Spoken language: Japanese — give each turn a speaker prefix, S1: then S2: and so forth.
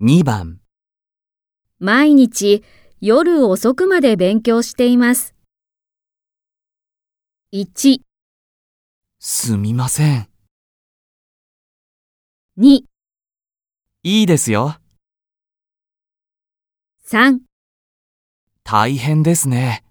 S1: 2番、
S2: 毎日夜遅くまで勉強しています。1、
S1: すみません。
S2: 2、
S1: いいですよ。
S2: 3
S1: 大変ですね。